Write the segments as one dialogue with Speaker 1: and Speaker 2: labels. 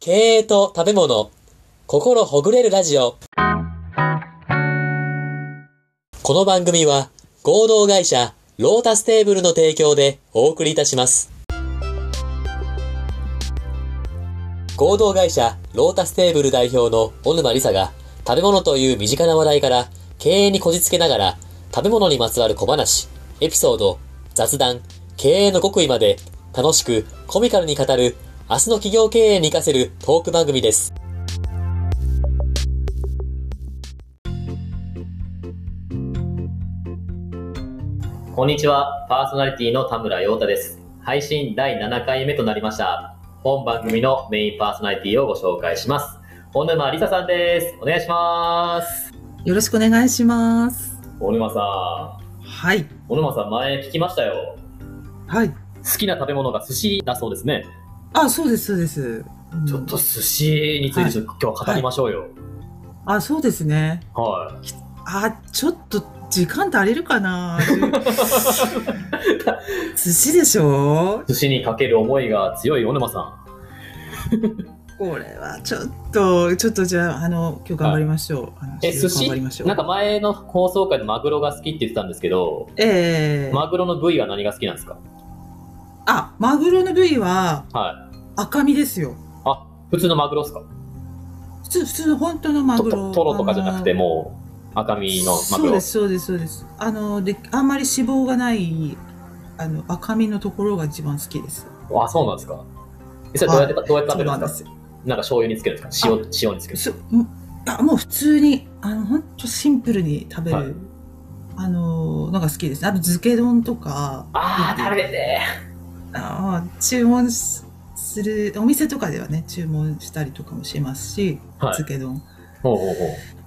Speaker 1: 経営と食べ物、心ほぐれるラジオ。この番組は、合同会社、ロータステーブルの提供でお送りいたします。合同会社、ロータステーブル代表の小沼理沙が、食べ物という身近な話題から、経営にこじつけながら、食べ物にまつわる小話、エピソード、雑談、経営の極意まで、楽しく、コミカルに語る、明日の企業経営に活かせるトーク番組です。こんにちは、パーソナリティの田村陽太です。配信第7回目となりました。本番組のメインパーソナリティをご紹介します。小沼理沙さんです。お願いします。
Speaker 2: よろしくお願いします。
Speaker 1: 小沼さん、
Speaker 2: はい。
Speaker 1: 小沼さん前聞きましたよ。
Speaker 2: はい。
Speaker 1: 好きな食べ物が寿司だそうですね。
Speaker 2: あ、そうです、そうです。うん
Speaker 1: ちょっと。寿司についてちょっと今日は語りましょうよ。
Speaker 2: あ、そうですね。
Speaker 1: は
Speaker 2: あ、ちょっと時間足りる かな寿司でしょ
Speaker 1: い。寿司にかける思いが強い小沼さん。
Speaker 2: これはちょっと、ちょっとじゃあ、あの、今日頑張りましょう。あの
Speaker 1: え、寿
Speaker 2: 収録
Speaker 1: 司
Speaker 2: 頑張りましょ
Speaker 1: なん
Speaker 2: う。
Speaker 1: か前の放送回でマグロが好きって言ってたんですけど、
Speaker 2: ええ
Speaker 1: マグロの部位は何が好きなんですか
Speaker 2: あ、マグロの部位は
Speaker 1: は
Speaker 2: 赤身ですよ。
Speaker 1: い。あ、普通のマグロですか
Speaker 2: 普通、普通の本当のマ
Speaker 1: と
Speaker 2: グ
Speaker 1: と
Speaker 2: ロ。
Speaker 1: トロとかじゃなくて、
Speaker 2: あの
Speaker 1: もう赤身のマグ
Speaker 2: そう
Speaker 1: ロ
Speaker 2: で。す、そうです、そうです。あの、で、あんまり脂肪がない、あの、赤身のところが一番好きです。
Speaker 1: あ、そうなんですかえそれどうやって、どうやって食
Speaker 2: そう
Speaker 1: べる
Speaker 2: なんん
Speaker 1: で
Speaker 2: です
Speaker 1: か
Speaker 2: す。
Speaker 1: なんか醤油につけるんですか塩、塩につける。
Speaker 2: そんあもう普通にあの本当シンプルに食べる、
Speaker 1: はい
Speaker 2: あののが好きですあと漬け丼とか
Speaker 1: あー、食べて
Speaker 2: あー注文しするお店とかではね注文したりとかもしますし、
Speaker 1: ーはい。
Speaker 2: 漬け丼
Speaker 1: ほうほうほう。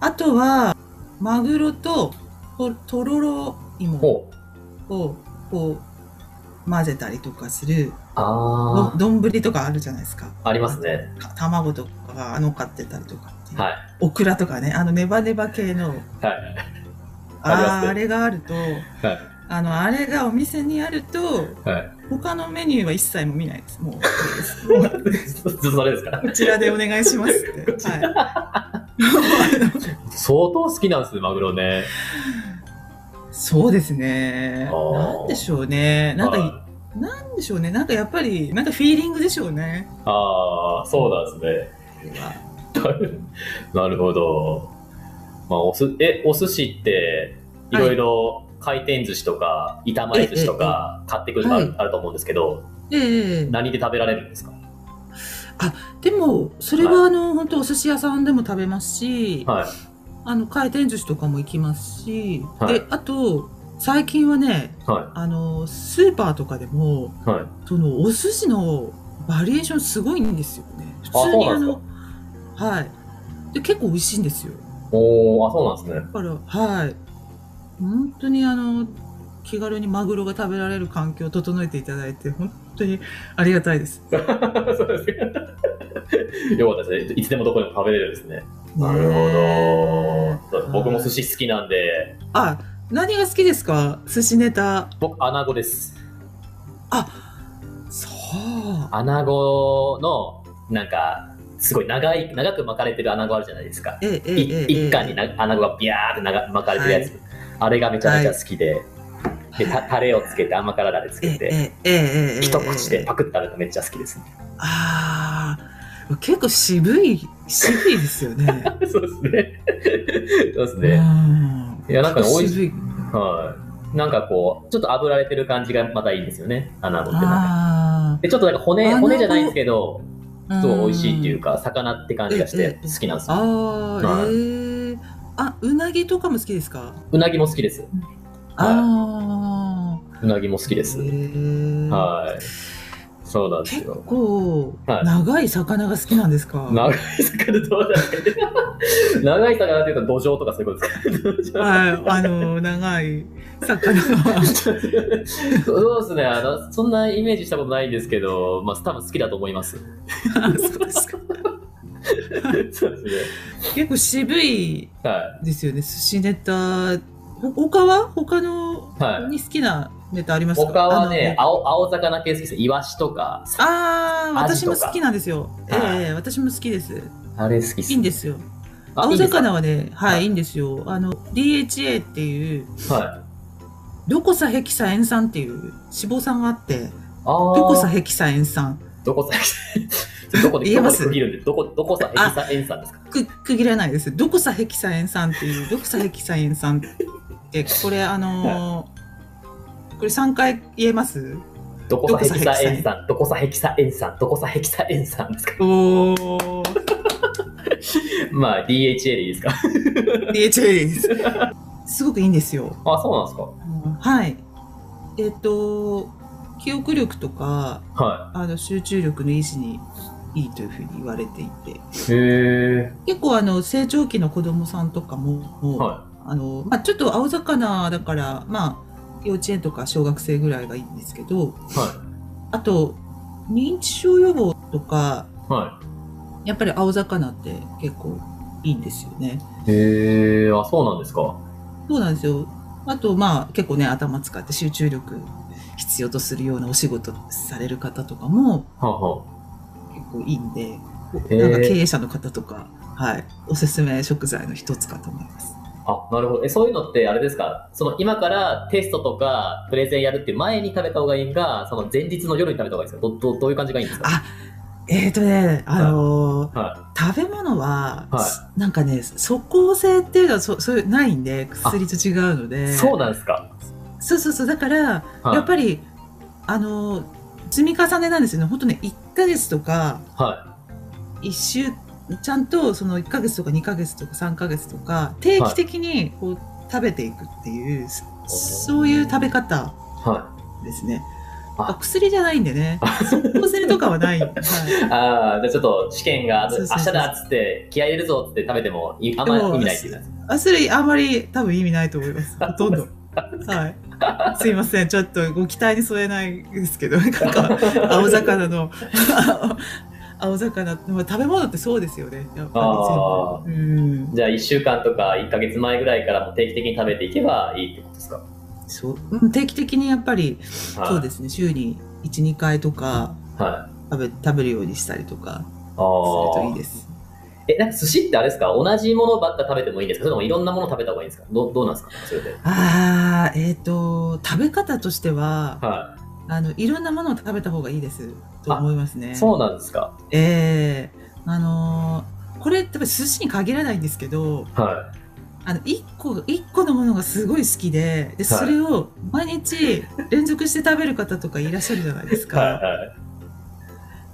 Speaker 2: あとはマグロとととろろ芋を
Speaker 1: ほう。
Speaker 2: こう混ぜたりとかする
Speaker 1: あ
Speaker 2: ど丼とかあるじゃないですか
Speaker 1: あ、ありますね。
Speaker 2: か卵とかが乗っかってたりとかっていう
Speaker 1: はい。
Speaker 2: オクラとかねあのネバネバ系の
Speaker 1: はい。あります
Speaker 2: あ
Speaker 1: ね
Speaker 2: ーあれがあると、あのあれがお店にあると
Speaker 1: はい。
Speaker 2: 他のメニューは一切もう見ないですもういいですも う
Speaker 1: ずっとそれですか
Speaker 2: こちらでお願いしますって はい
Speaker 1: 相当好きなんですね、マグロね。
Speaker 2: そうですね
Speaker 1: あー
Speaker 2: なんでしょうねなんかい
Speaker 1: はい
Speaker 2: なんでしょうねなんかやっぱりなんかフィーリングでしょうね
Speaker 1: ああ、そうなんですね。
Speaker 2: これは
Speaker 1: なるほど。まあ、おす、え、お寿司って、いろいろ回転寿司とか、板前寿司とか、買ってくるのあ
Speaker 2: は
Speaker 1: る
Speaker 2: い
Speaker 1: あると思うんですけど、
Speaker 2: ええ
Speaker 1: 何で食べられるんですか
Speaker 2: でもそれはあの本当お寿司屋さんでも食べますし、
Speaker 1: はい。
Speaker 2: あの回転寿司とかも行きますし、
Speaker 1: はい
Speaker 2: であと最近はね
Speaker 1: は
Speaker 2: あのスーパーとかでも
Speaker 1: い。はい。
Speaker 2: そのお寿司のバリエーションすごいんですよね普通
Speaker 1: そう
Speaker 2: に
Speaker 1: な
Speaker 2: あ
Speaker 1: んです
Speaker 2: のはいで結構美味しいんですよ
Speaker 1: おー、あ、そうなんですね。
Speaker 2: だからはい本当にあの気軽にマグロが食べられる環境を整えていただいて本当にありがたいです、ね
Speaker 1: そうですか。 よかったですね。いつでもどこでも食べれるんですね。
Speaker 2: え
Speaker 1: なるほど。僕も寿
Speaker 2: はい
Speaker 1: 司好きなんで、
Speaker 2: あ何が好きですか寿司ネタ
Speaker 1: 僕、アナゴです。
Speaker 2: そう
Speaker 1: アナゴの、なんか、すごい長い、長く巻かれてるアナゴあるじゃないですか。
Speaker 2: えええ
Speaker 1: い
Speaker 2: ええ
Speaker 1: 一貫になアナゴがビャーって長巻かれてるやつ、あれがめちゃめちゃ好きで,、でたタレをつけて甘辛だれつけて、
Speaker 2: ええええええ
Speaker 1: 一口でパクッとあるのめっちゃ好きですね、
Speaker 2: ああ結構渋い渋いですよね
Speaker 1: そうですねそう です
Speaker 2: う
Speaker 1: ね、
Speaker 2: ん
Speaker 1: いやなんかね美味し
Speaker 2: 渋い
Speaker 1: はいなんかこうちょっと炙られてる感じがまたいいんですよねアナゴってなんか
Speaker 2: あ
Speaker 1: でちょっとなんか
Speaker 2: ア
Speaker 1: 骨
Speaker 2: ナゴ
Speaker 1: 骨じゃないんですけど
Speaker 2: あ
Speaker 1: すごい美味しいっていう
Speaker 2: か
Speaker 1: か魚って感じがし
Speaker 2: え
Speaker 1: て
Speaker 2: えええ
Speaker 1: 好きなんですよ
Speaker 2: あ
Speaker 1: は
Speaker 2: ー
Speaker 1: い
Speaker 2: ええあうなぎとかも好きですか
Speaker 1: うなぎも好きです
Speaker 2: ああ
Speaker 1: うなぎも好きです、
Speaker 2: ええ
Speaker 1: はいそうなんです
Speaker 2: 結
Speaker 1: よ
Speaker 2: 構
Speaker 1: はい
Speaker 2: 長い魚が好きなんですか
Speaker 1: 長い魚どうだろう 長い魚っていうと土壌とかそういうことですか
Speaker 2: はいあの長い魚は
Speaker 1: そうですねあのそんなイメージしたことないんですけど、まあ、多分好きだと思います
Speaker 2: そうですか
Speaker 1: そうですね
Speaker 2: 結構渋い
Speaker 1: は
Speaker 2: ですよね寿司ネタほ他は他の
Speaker 1: い、はい、
Speaker 2: に好きなネタありますか
Speaker 1: 他はね、
Speaker 2: あの
Speaker 1: 青青魚系好きです。イワシとか、
Speaker 2: あー
Speaker 1: アジ
Speaker 2: 私
Speaker 1: と
Speaker 2: も
Speaker 1: か
Speaker 2: 好きなんですよ。ええ
Speaker 1: はい
Speaker 2: 私も好きです。
Speaker 1: あれ好きっす。
Speaker 2: いいんですよ。
Speaker 1: あ
Speaker 2: 青魚
Speaker 1: い
Speaker 2: はね、
Speaker 1: は
Speaker 2: はいい、いいんですよ。あの、DHA っていう、
Speaker 1: いんですかはい。
Speaker 2: ドコサヘキサエン酸っていう脂肪酸があって、
Speaker 1: あー
Speaker 2: ドコサヘキサエン酸。
Speaker 1: どこさ、どこで、
Speaker 2: 言え
Speaker 1: どこ
Speaker 2: ま
Speaker 1: です区切るんで、どこ、どこさ、エキサエン酸ですか
Speaker 2: く区切れないです。ドコサヘキサエン酸っていう、ドコサヘキサエン酸って、これあのーこれ3回言えます
Speaker 1: どこさ、ヘキサエン酸、どこさ、ヘキサエン酸、どこさ、ヘキサエン酸ですか
Speaker 2: おー。
Speaker 1: まあ、DHA でいいですか
Speaker 2: DHA です。すごくいいんですよ。
Speaker 1: あ、そうなんです
Speaker 2: はい。えっ、と、記憶力とか、
Speaker 1: かは
Speaker 2: あの集中力の維持にいいというふうに言われていて、
Speaker 1: い。へえ。
Speaker 2: 結構あの成長期の子供さんとかも、
Speaker 1: は
Speaker 2: あのまあ、ちょっと青魚だから、まあ、幼稚園とか小学生ぐらいがいいんですけど、
Speaker 1: い。は
Speaker 2: あと、認知症予防とか、
Speaker 1: い。は
Speaker 2: やっぱり青魚って結構いいんですよね。
Speaker 1: い。へえ、あ、そうなんですか
Speaker 2: そうなんですよ。あと、まあ、結構ね、頭使って集中力必要とするようなお仕事される方とかも
Speaker 1: はんはん
Speaker 2: 結構いいんで、
Speaker 1: へー
Speaker 2: なんか経営者の方とか、はい、おすすめ食材の一つかと思います。
Speaker 1: あ、なるほど。え、そういうのって、あれですかその、今からテストとか、プレゼンやるって前に食べた方がいいんか、その前日の夜に食べた方がいいですかど、ど、どういう感じがいいんですか
Speaker 2: あえーとね、あのー
Speaker 1: は
Speaker 2: 食べ物は、
Speaker 1: は
Speaker 2: なんかね、即効性っていうのはそそういうないんで、薬と違うので、
Speaker 1: そうなんですか
Speaker 2: そうそうそう、だから、
Speaker 1: はい
Speaker 2: やっぱり、あのー積み重ねなんですよね。本当ね、1ヶ月とか、
Speaker 1: は
Speaker 2: 一週ちゃんとその1ヶ月とか2ヶ月とか3ヶ月とか定期的にこう食べていくっていう、そそういう食べ方
Speaker 1: い。は
Speaker 2: ですね。
Speaker 1: あ
Speaker 2: あ薬じゃないん でね。抗生とかはない。はい、
Speaker 1: い。ああ、じゃあちょっと試験があ
Speaker 2: そう
Speaker 1: 明
Speaker 2: そう
Speaker 1: 日
Speaker 2: そう
Speaker 1: だっつって、気合い入れるぞっつって食べても、いあんま意味ないっていうやつ。
Speaker 2: あそれあんまり多分意味ないと思います。ほとんど。はい。すいません。ちょっとご期待に添えないですけど、 なんか青魚の 青魚って、まあ食べ物ってそうですよね。やっぱり全部。う ん。
Speaker 1: じゃあ1週間とか1ヶ月前ぐらいからも定期的に食べていけばいいってことですか、
Speaker 2: そううん定期的にやっぱり
Speaker 1: はい、
Speaker 2: そうですね週に12回とか
Speaker 1: はい
Speaker 2: 食べ食べるようにしたりとか
Speaker 1: あ
Speaker 2: するといい
Speaker 1: ー
Speaker 2: です
Speaker 1: えなんか寿司ってあれですか同じものばっか食べてもいいんですかそれともいろんなもの食べた方がいいんですかどどうなんですかそれで
Speaker 2: あーえっ、と食べ方としては
Speaker 1: は
Speaker 2: あのいろんなものを食べた方がいいですと思いますね
Speaker 1: いそうなんですか
Speaker 2: ええあのーこれ多分寿司に限らないんですけど
Speaker 1: は
Speaker 2: あの1個一個のものがすごい好きででそれを毎日連続して食べる方とかいらっしゃるじゃないです
Speaker 1: いはい
Speaker 2: か
Speaker 1: はい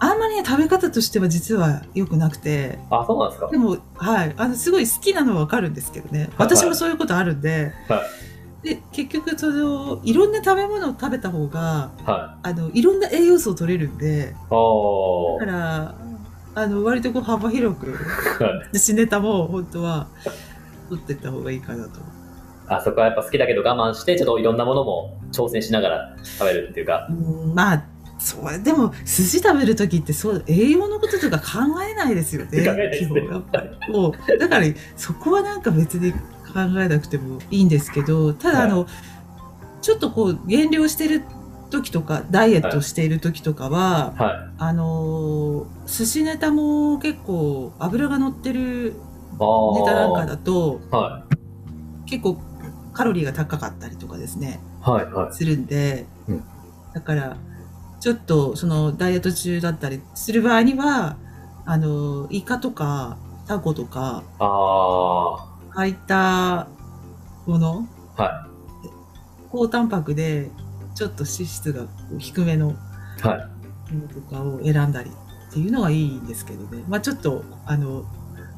Speaker 2: あんまりね食べ方としては実は良くなくて
Speaker 1: あそうなんですか
Speaker 2: でも、はい、あのすごい好きなのはわかるんですけどね、
Speaker 1: はい
Speaker 2: 私もそういうことあるんで、
Speaker 1: は
Speaker 2: で結局その、いろんな食べ物を食べた方が
Speaker 1: はい
Speaker 2: あの、いろんな栄養素を取れるんで、
Speaker 1: あー
Speaker 2: だから、あの割とこう幅広く、
Speaker 1: は い
Speaker 2: 私ネタも本当は取っていった方がいいかなと。
Speaker 1: あそこはやっぱ好きだけど我慢してちょっといろんなものも挑戦しながら食べるっていうか
Speaker 2: うんまあそうでも寿司食べる時ってそう栄養のこととか考えないですよね
Speaker 1: 考えないですね
Speaker 2: 基本やっぱりもうだからそこはなんか別に考えなくてもいいんですけどただ
Speaker 1: は
Speaker 2: あ
Speaker 1: い
Speaker 2: の、ちょっとこう減量してる時とかダイエットしている時とかは、
Speaker 1: はい
Speaker 2: あのー寿司ネタも結構油が乗ってる
Speaker 1: あー
Speaker 2: ネタなんかだと
Speaker 1: は
Speaker 2: 結構カロリーが高かったりとかですね
Speaker 1: いはいはい
Speaker 2: するんで、
Speaker 1: うん
Speaker 2: だからちょっとそのダイエット中だったりする場合にはあのイカとかタコとか
Speaker 1: ああは
Speaker 2: 入ったもの高タンパクでちょっと脂質が低めのも
Speaker 1: いはい
Speaker 2: のとかを選んだりっていうのがいいんですけどね、まあ、ちょっとあの、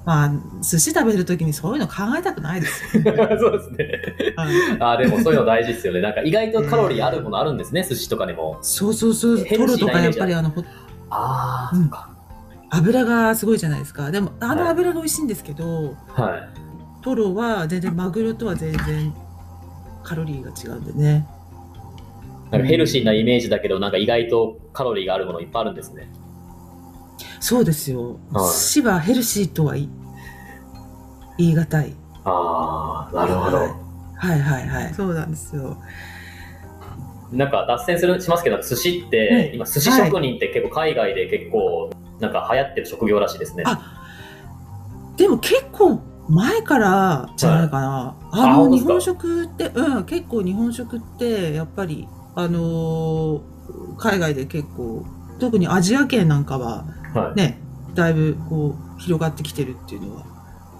Speaker 2: まあ、寿司食べる時にそういうの考えたくないです よね。
Speaker 1: そうですね
Speaker 2: はい
Speaker 1: あーでもそういうの大事ですよね。なんか意外とカロリーあるものあるんですね、寿司とかでも。
Speaker 2: そうそうそう、
Speaker 1: ヘ
Speaker 2: ト
Speaker 1: ルシ
Speaker 2: ロ
Speaker 1: ー
Speaker 2: と
Speaker 1: なイ
Speaker 2: か
Speaker 1: メ
Speaker 2: や
Speaker 1: ー
Speaker 2: っ
Speaker 1: ジ
Speaker 2: ぱりあのほ
Speaker 1: あ
Speaker 2: ーそっ
Speaker 1: か。
Speaker 2: 油がすごいじゃないですか。でもあ
Speaker 1: は
Speaker 2: の
Speaker 1: い
Speaker 2: 油が美味しいんですけど、
Speaker 1: はい。
Speaker 2: トロは全然マグロとは全然カロリーが違うんでね
Speaker 1: なんかヘルシーなイメージだけど、なんか意外とカロリーがあるものいっぱいあるんですね。
Speaker 2: そうですよ
Speaker 1: はい
Speaker 2: 寿司はヘルシーとは言い言い難い
Speaker 1: ああ、な
Speaker 2: はいはいはいはいそうなんですよ
Speaker 1: なんか脱線するしますけど、なんか寿司って、
Speaker 2: はい
Speaker 1: 今、寿司職人って結構海外で結構、なんか流行ってる職業らしいですね。
Speaker 2: あでも結構前からじゃないかな、
Speaker 1: あ
Speaker 2: あ
Speaker 1: 本
Speaker 2: の
Speaker 1: 当です
Speaker 2: 日
Speaker 1: か
Speaker 2: 本食ってうん結構日本食ってやっぱりあのー海外で結構特にアジア圏なんかは
Speaker 1: はい。
Speaker 2: ねだいぶこう広がってきてるっていうのは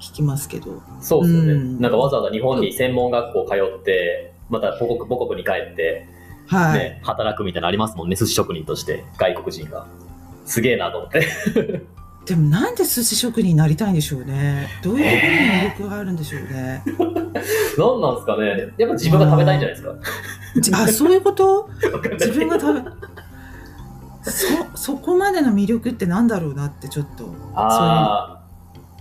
Speaker 2: 聞きますけど
Speaker 1: そうですよね。
Speaker 2: うん
Speaker 1: なんかわざわざ日本に専門学校通って、また母国母国に帰って、
Speaker 2: はい、
Speaker 1: ね働くみたいなのありますもんね、寿司職人として、外国人が。すげえなと思って。
Speaker 2: でもなんで寿司職人になりたいんでしょうねどういうところに魅力があるんでしょうね、
Speaker 1: 何なんですかね。やっぱ自分が食べたいんじゃないですか。
Speaker 2: じあそういう こと
Speaker 1: わかんない
Speaker 2: 自分が食べそそこまでの魅力ってなんだろうなってちょっと
Speaker 1: ああ、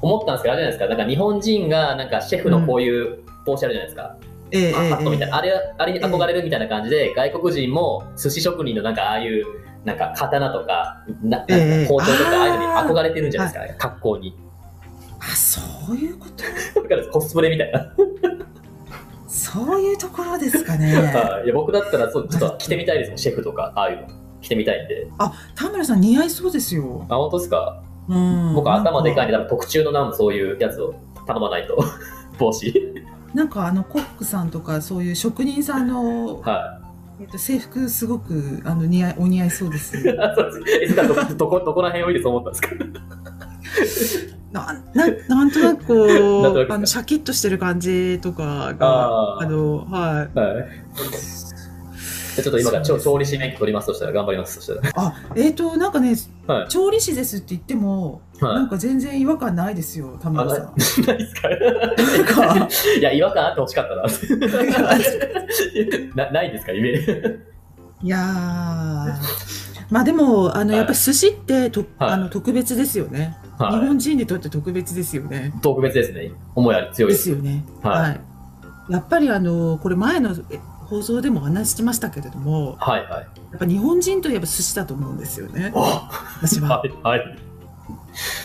Speaker 1: 思ったんですけど、あれじゃないですか、なんか日本人が、なんかシェフのこういう帽子あるじゃないですか、
Speaker 2: そういうええ
Speaker 1: ハットみ
Speaker 2: え
Speaker 1: たいな、あれあれに憧れるみたいな感じで、外国人も寿司職人のなんかああいう、なんか刀とか、な
Speaker 2: ええええ
Speaker 1: 包丁とか、ああいうのに
Speaker 2: あー
Speaker 1: 憧れてるんじゃないですか、格好に。
Speaker 2: あそういうこと
Speaker 1: だからコスプレみたいな。
Speaker 2: そういうところですか ね
Speaker 1: はいいや僕だったらそう、ちょっと着てみたいですもん、シェフとか、ああいうの。着てみたいんで。
Speaker 2: あ田村さん似合いそうですよ、
Speaker 1: あ、本当ですか、
Speaker 2: うん、
Speaker 1: 僕頭でかいん
Speaker 2: なん
Speaker 1: で、多分特注のなんかそういうやつを頼まないと。 帽子。
Speaker 2: なんかあのコックさんとかそういう職人さんの、
Speaker 1: はい。
Speaker 2: えっと、制服すごくあの似合いお似合いそうです よ
Speaker 1: あそう ですえだからどどこどこら辺をいいですと思ったんですか
Speaker 2: な ななんとなくこ
Speaker 1: なんとな
Speaker 2: う
Speaker 1: く
Speaker 2: あのシャキッとしてる感じとかがあ
Speaker 1: ああ
Speaker 2: のはい
Speaker 1: はい。ちょっと今から調調理師免許取りますとしたら頑張りますとしたら。
Speaker 2: あえっ、となんかね、
Speaker 1: はい
Speaker 2: 調理師ですって言っても、
Speaker 1: はい
Speaker 2: なんか全然違和感ないですよ田村さん。
Speaker 1: ないですか
Speaker 2: なんか
Speaker 1: いや、違和感あってほしかった な。 なないですか、夢。
Speaker 2: いやーまあでもあの、
Speaker 1: はい
Speaker 2: やっぱり寿司ってと、
Speaker 1: はい
Speaker 2: あの特別ですよね、日
Speaker 1: は
Speaker 2: 本人にとって特別ですよね。
Speaker 1: い。特別ですね。思いあり強い
Speaker 2: で
Speaker 1: です。
Speaker 2: すよね。
Speaker 1: はい
Speaker 2: やっぱりあのこれ前のえ放送でもお話ししてましたけれども
Speaker 1: はいはい。
Speaker 2: やっぱ日本人といえば寿司だと思うんですよね
Speaker 1: は
Speaker 2: 私は。
Speaker 1: いはい。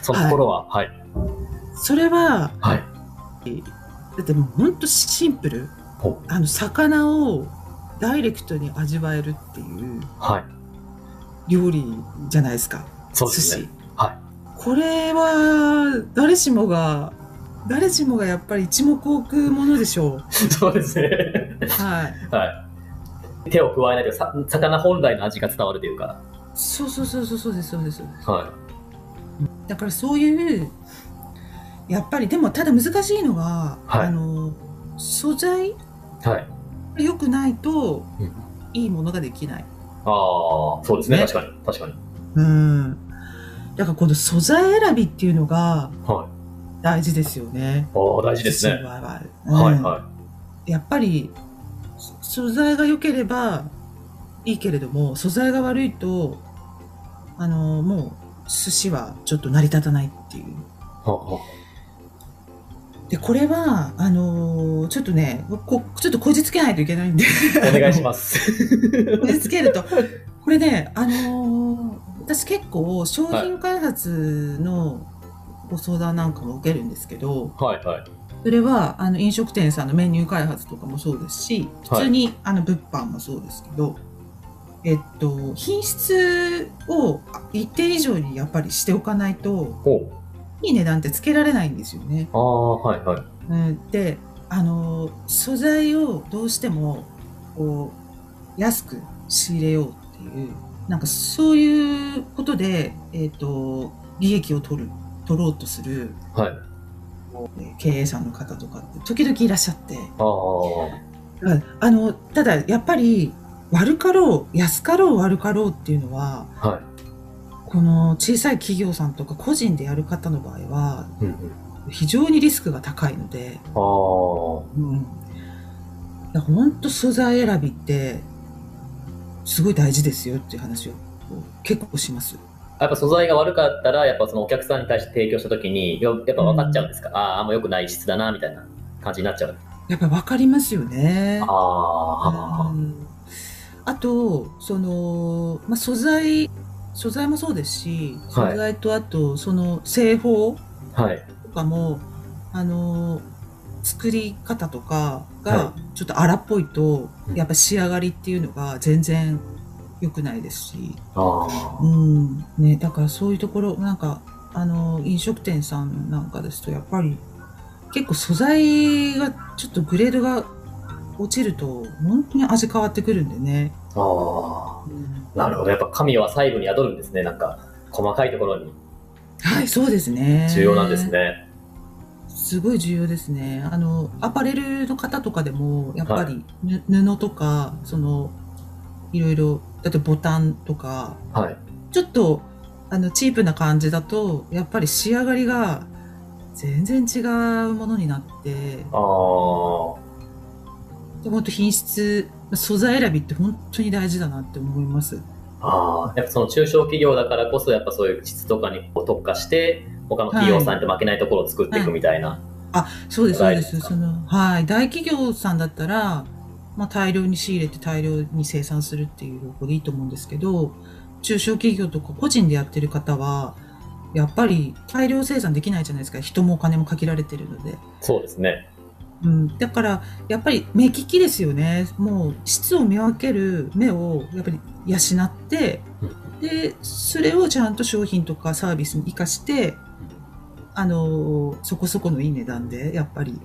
Speaker 1: その心は、はい。
Speaker 2: それは
Speaker 1: はい。
Speaker 2: だってもうほんとシンプル
Speaker 1: ほ
Speaker 2: あの魚をダイレクトに味わえるっていう
Speaker 1: はい。
Speaker 2: 料理じゃないですか
Speaker 1: そうですね。
Speaker 2: 寿司、
Speaker 1: は
Speaker 2: これは誰しもが誰しもがやっぱり一目置くものでしょ
Speaker 1: そうですね。
Speaker 2: うはい
Speaker 1: はい。手を加えないとさ、魚本来の味が伝わるというか。
Speaker 2: そうそうそうそうそうですそうです
Speaker 1: は
Speaker 2: だからそういうやっぱりでもただ難しいのが、
Speaker 1: はい
Speaker 2: あの素材
Speaker 1: い。はい。
Speaker 2: 良くないと
Speaker 1: うん
Speaker 2: いいものができない
Speaker 1: ああ、そうですね。
Speaker 2: ね
Speaker 1: 確かに。確かに。
Speaker 2: うんだからこの素材選びっていうのが
Speaker 1: はい。
Speaker 2: 大事ですよね。
Speaker 1: ああ、大事です
Speaker 2: 寿司
Speaker 1: ね。
Speaker 2: の場合は
Speaker 1: はい
Speaker 2: うん
Speaker 1: は
Speaker 2: やっぱりそ素材が良ければいいけれども素材が悪いとあのもう寿司はちょっと成り立たないっていう。
Speaker 1: い。はは
Speaker 2: でこれはあのちょっとねこちょっとこじつけないといけないんで
Speaker 1: お願いします。
Speaker 2: こじつけるとこれねあの私結構商品開発のご相談なんかも受けるんですけど、
Speaker 1: はいはい。
Speaker 2: それはあの飲食店さんのメニュー開発とかもそうですし
Speaker 1: はい
Speaker 2: 普通に、あの物販もそうですけど、えっと、品質をあ一定以上にやっぱりしておかないと
Speaker 1: ほ
Speaker 2: いい値段ってつけられないんですよね。
Speaker 1: う。ああ、はいはい。
Speaker 2: うん、であの素材をどうしてもこう安く仕入れようっていうなんかそういうことで、えっと利益を取る取ろうとする
Speaker 1: はい。
Speaker 2: 経営者の方とかって時々いらっしゃって
Speaker 1: ああ。
Speaker 2: うんあのただやっぱり悪かろう安かろう悪かろうっていうのは
Speaker 1: はい。
Speaker 2: この小さい企業さんとか個人でやる方の場合は
Speaker 1: うんうん。
Speaker 2: 非常にリスクが高いので、
Speaker 1: ああ。
Speaker 2: うん、だから本当素材選びってすごい大事ですよっていう話を結構します。
Speaker 1: やっぱ素材が悪かったら、やっぱそのお客さんに対して提供したときに、よやっぱ分かっちゃうんですか、ああ、あんま良くない質だな、みたいな感じになっちゃう。
Speaker 2: やっぱり分かりますよね。
Speaker 1: ああ、
Speaker 2: う
Speaker 1: は
Speaker 2: んあとその、まあ、素材素材もそうですし
Speaker 1: はい
Speaker 2: 素材とあとその製法
Speaker 1: い。はい。
Speaker 2: とかも、あの作り方とか
Speaker 1: は
Speaker 2: がちょっと荒っぽいと、
Speaker 1: うん
Speaker 2: やっぱ仕上がりっていうのが全然良くないですし、
Speaker 1: あ
Speaker 2: うんね、だからそういうところなんかあの飲食店さんなんかですとやっぱり結構素材がちょっとグレードが落ちると本当に味変わってくるんでね。
Speaker 1: あ。ああ。なるほど。やっぱ神は細部に宿るんですね。なんか、細かいところに
Speaker 2: はい、そうですね。
Speaker 1: 重要なんです。ね。
Speaker 2: すごい重要ですね。あのアパレルの方とかでもやっぱりぬ、布とかそのいろいろだってボタンとか
Speaker 1: はい。
Speaker 2: ちょっとあのチープな感じだとやっぱり仕上がりが全然違うものになって
Speaker 1: ああ。
Speaker 2: で本当品質素材選びって本当に大事だなって思います。
Speaker 1: ああ、やっぱその中小企業だからこそ、やっぱそういう質とかにこう特化して、他の企業さんに負けないところを作っていくみたいな。
Speaker 2: そうです、そ
Speaker 1: 大
Speaker 2: う
Speaker 1: 事
Speaker 2: で
Speaker 1: です
Speaker 2: す。
Speaker 1: か
Speaker 2: その、はい。大企業さんだったら、まあ、大量に仕入れて大量に生産するっていう方法でいいと思うんですけど、中小企業とか個人でやってる方は、やっぱり大量生産できないじゃないですか。人もお金も限られてるので。
Speaker 1: そうですね。
Speaker 2: うん。だから、やっぱり目利きですよね。もう、質を見分ける目を、やっぱり養って、で、それをちゃんと商品とかサービスに活かして、あのそこそこのいい値段でやっぱり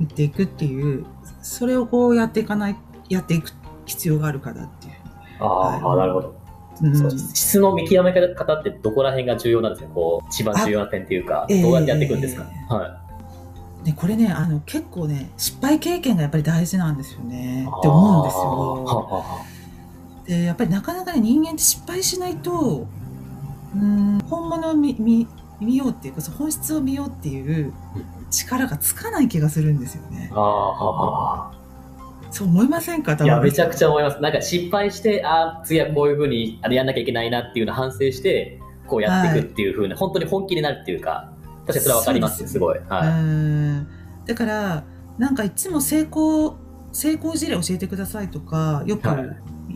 Speaker 2: 売っていくっていうそれをこうやっていかないやっていく必要があるからっていう。
Speaker 1: ああ、
Speaker 2: はい
Speaker 1: なるほど。
Speaker 2: うん
Speaker 1: そう質の見極め方ってどこら辺が重要なんですかこう、一番重要な点っていうか、
Speaker 2: あ
Speaker 1: どうやってやっていくんですか、
Speaker 2: え
Speaker 1: はい。
Speaker 2: ね、これねあの結構ね失敗経験がやっぱり大事なんですよねって思うんです
Speaker 1: あーは
Speaker 2: よ。
Speaker 1: あはあは
Speaker 2: でやっぱりなかなかね人間って失敗しないとうん本物を見見見ようっていうかその本質を見ようっていう力がつかない気がするんですよね
Speaker 1: あ。ああはあは
Speaker 2: そう思いませんか
Speaker 1: あ。
Speaker 2: 田
Speaker 1: いや、
Speaker 2: 辺
Speaker 1: めち
Speaker 2: さん
Speaker 1: ゃくちゃ思います。なんか失敗して、ああ、次はこういうふうにあれやんなきゃいけないなっていうのを反省して、こうやっていくっていうふうな、本当に本気になるっていうか、確かにそれはわかりますよ、す
Speaker 2: そう
Speaker 1: ごい。はい。
Speaker 2: うんだからなんかいつも成功成功事例教えてくださいとかよく
Speaker 1: はい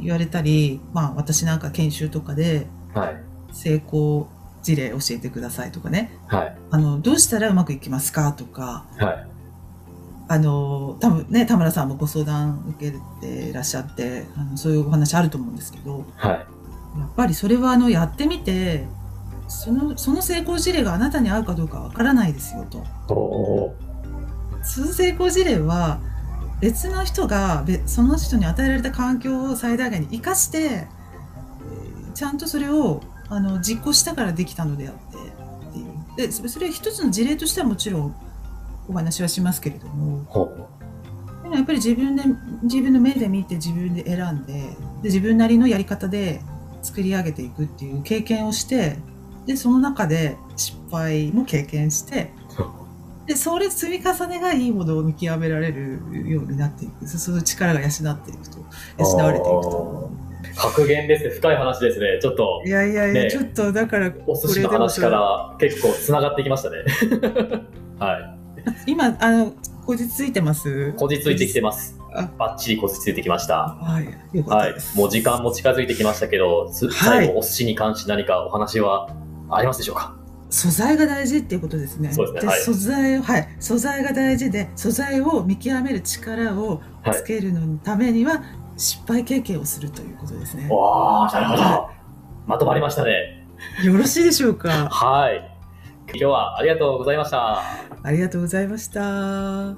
Speaker 2: 言われたり、まあ私なんか研修とかで
Speaker 1: はい。
Speaker 2: 成功事例教えてくださいとかね
Speaker 1: はい。
Speaker 2: あのどうしたらうまくいきますかとか
Speaker 1: はい。
Speaker 2: あの多分ね田村さんもご相談受けていらっしゃってあのそういうお話あると思うんですけど
Speaker 1: はい。
Speaker 2: やっぱりそれはあのやってみてそのその成功事例があなたに合うかどうかわからないですよと。
Speaker 1: おお
Speaker 2: 通成功事例は別の人がべその人に与えられた環境を最大限に生かしてえーちゃんとそれをあの実行したからできたのであってっていうでそそれは一つの事例としてはもちろんお話はしますけれども
Speaker 1: ほう
Speaker 2: でもやっぱり自分で自分の目で見て自分で選んでで自分なりのやり方で作り上げていくっていう経験をしてでその中で失敗も経験してでそれ積み重ねがいいものを見極められるようになっていくそその力が養っていくと養われていくと
Speaker 1: 格言ですね。深い話ですね。ちょっと
Speaker 2: い、やいやいや、
Speaker 1: ねえ
Speaker 2: ちょっとだから
Speaker 1: お寿司の
Speaker 2: これでも
Speaker 1: 話
Speaker 2: そ
Speaker 1: か
Speaker 2: れ
Speaker 1: ら結構繋がってきま したね。はい。
Speaker 2: 今あのこじついてます
Speaker 1: こじついてきてます
Speaker 2: あ。
Speaker 1: バッチリこじついてきました。
Speaker 2: はいよかっ
Speaker 1: は
Speaker 2: た
Speaker 1: い
Speaker 2: です、。
Speaker 1: もう時間も近づいてきましたけど、す
Speaker 2: はい
Speaker 1: 最後、お寿司に関して何かお話はありますでしょうか
Speaker 2: 素材が大事っていうことですね。
Speaker 1: そうですねはい
Speaker 2: 素材をはい素材が大事で素材を見極める力を
Speaker 1: はい
Speaker 2: つけるのためには、失敗経験をするということですね。
Speaker 1: わあ、なるほど。まとまりましたね。
Speaker 2: よろしいでしょうか。
Speaker 1: はい。今日はありがとうございました。
Speaker 2: ありがとうございました。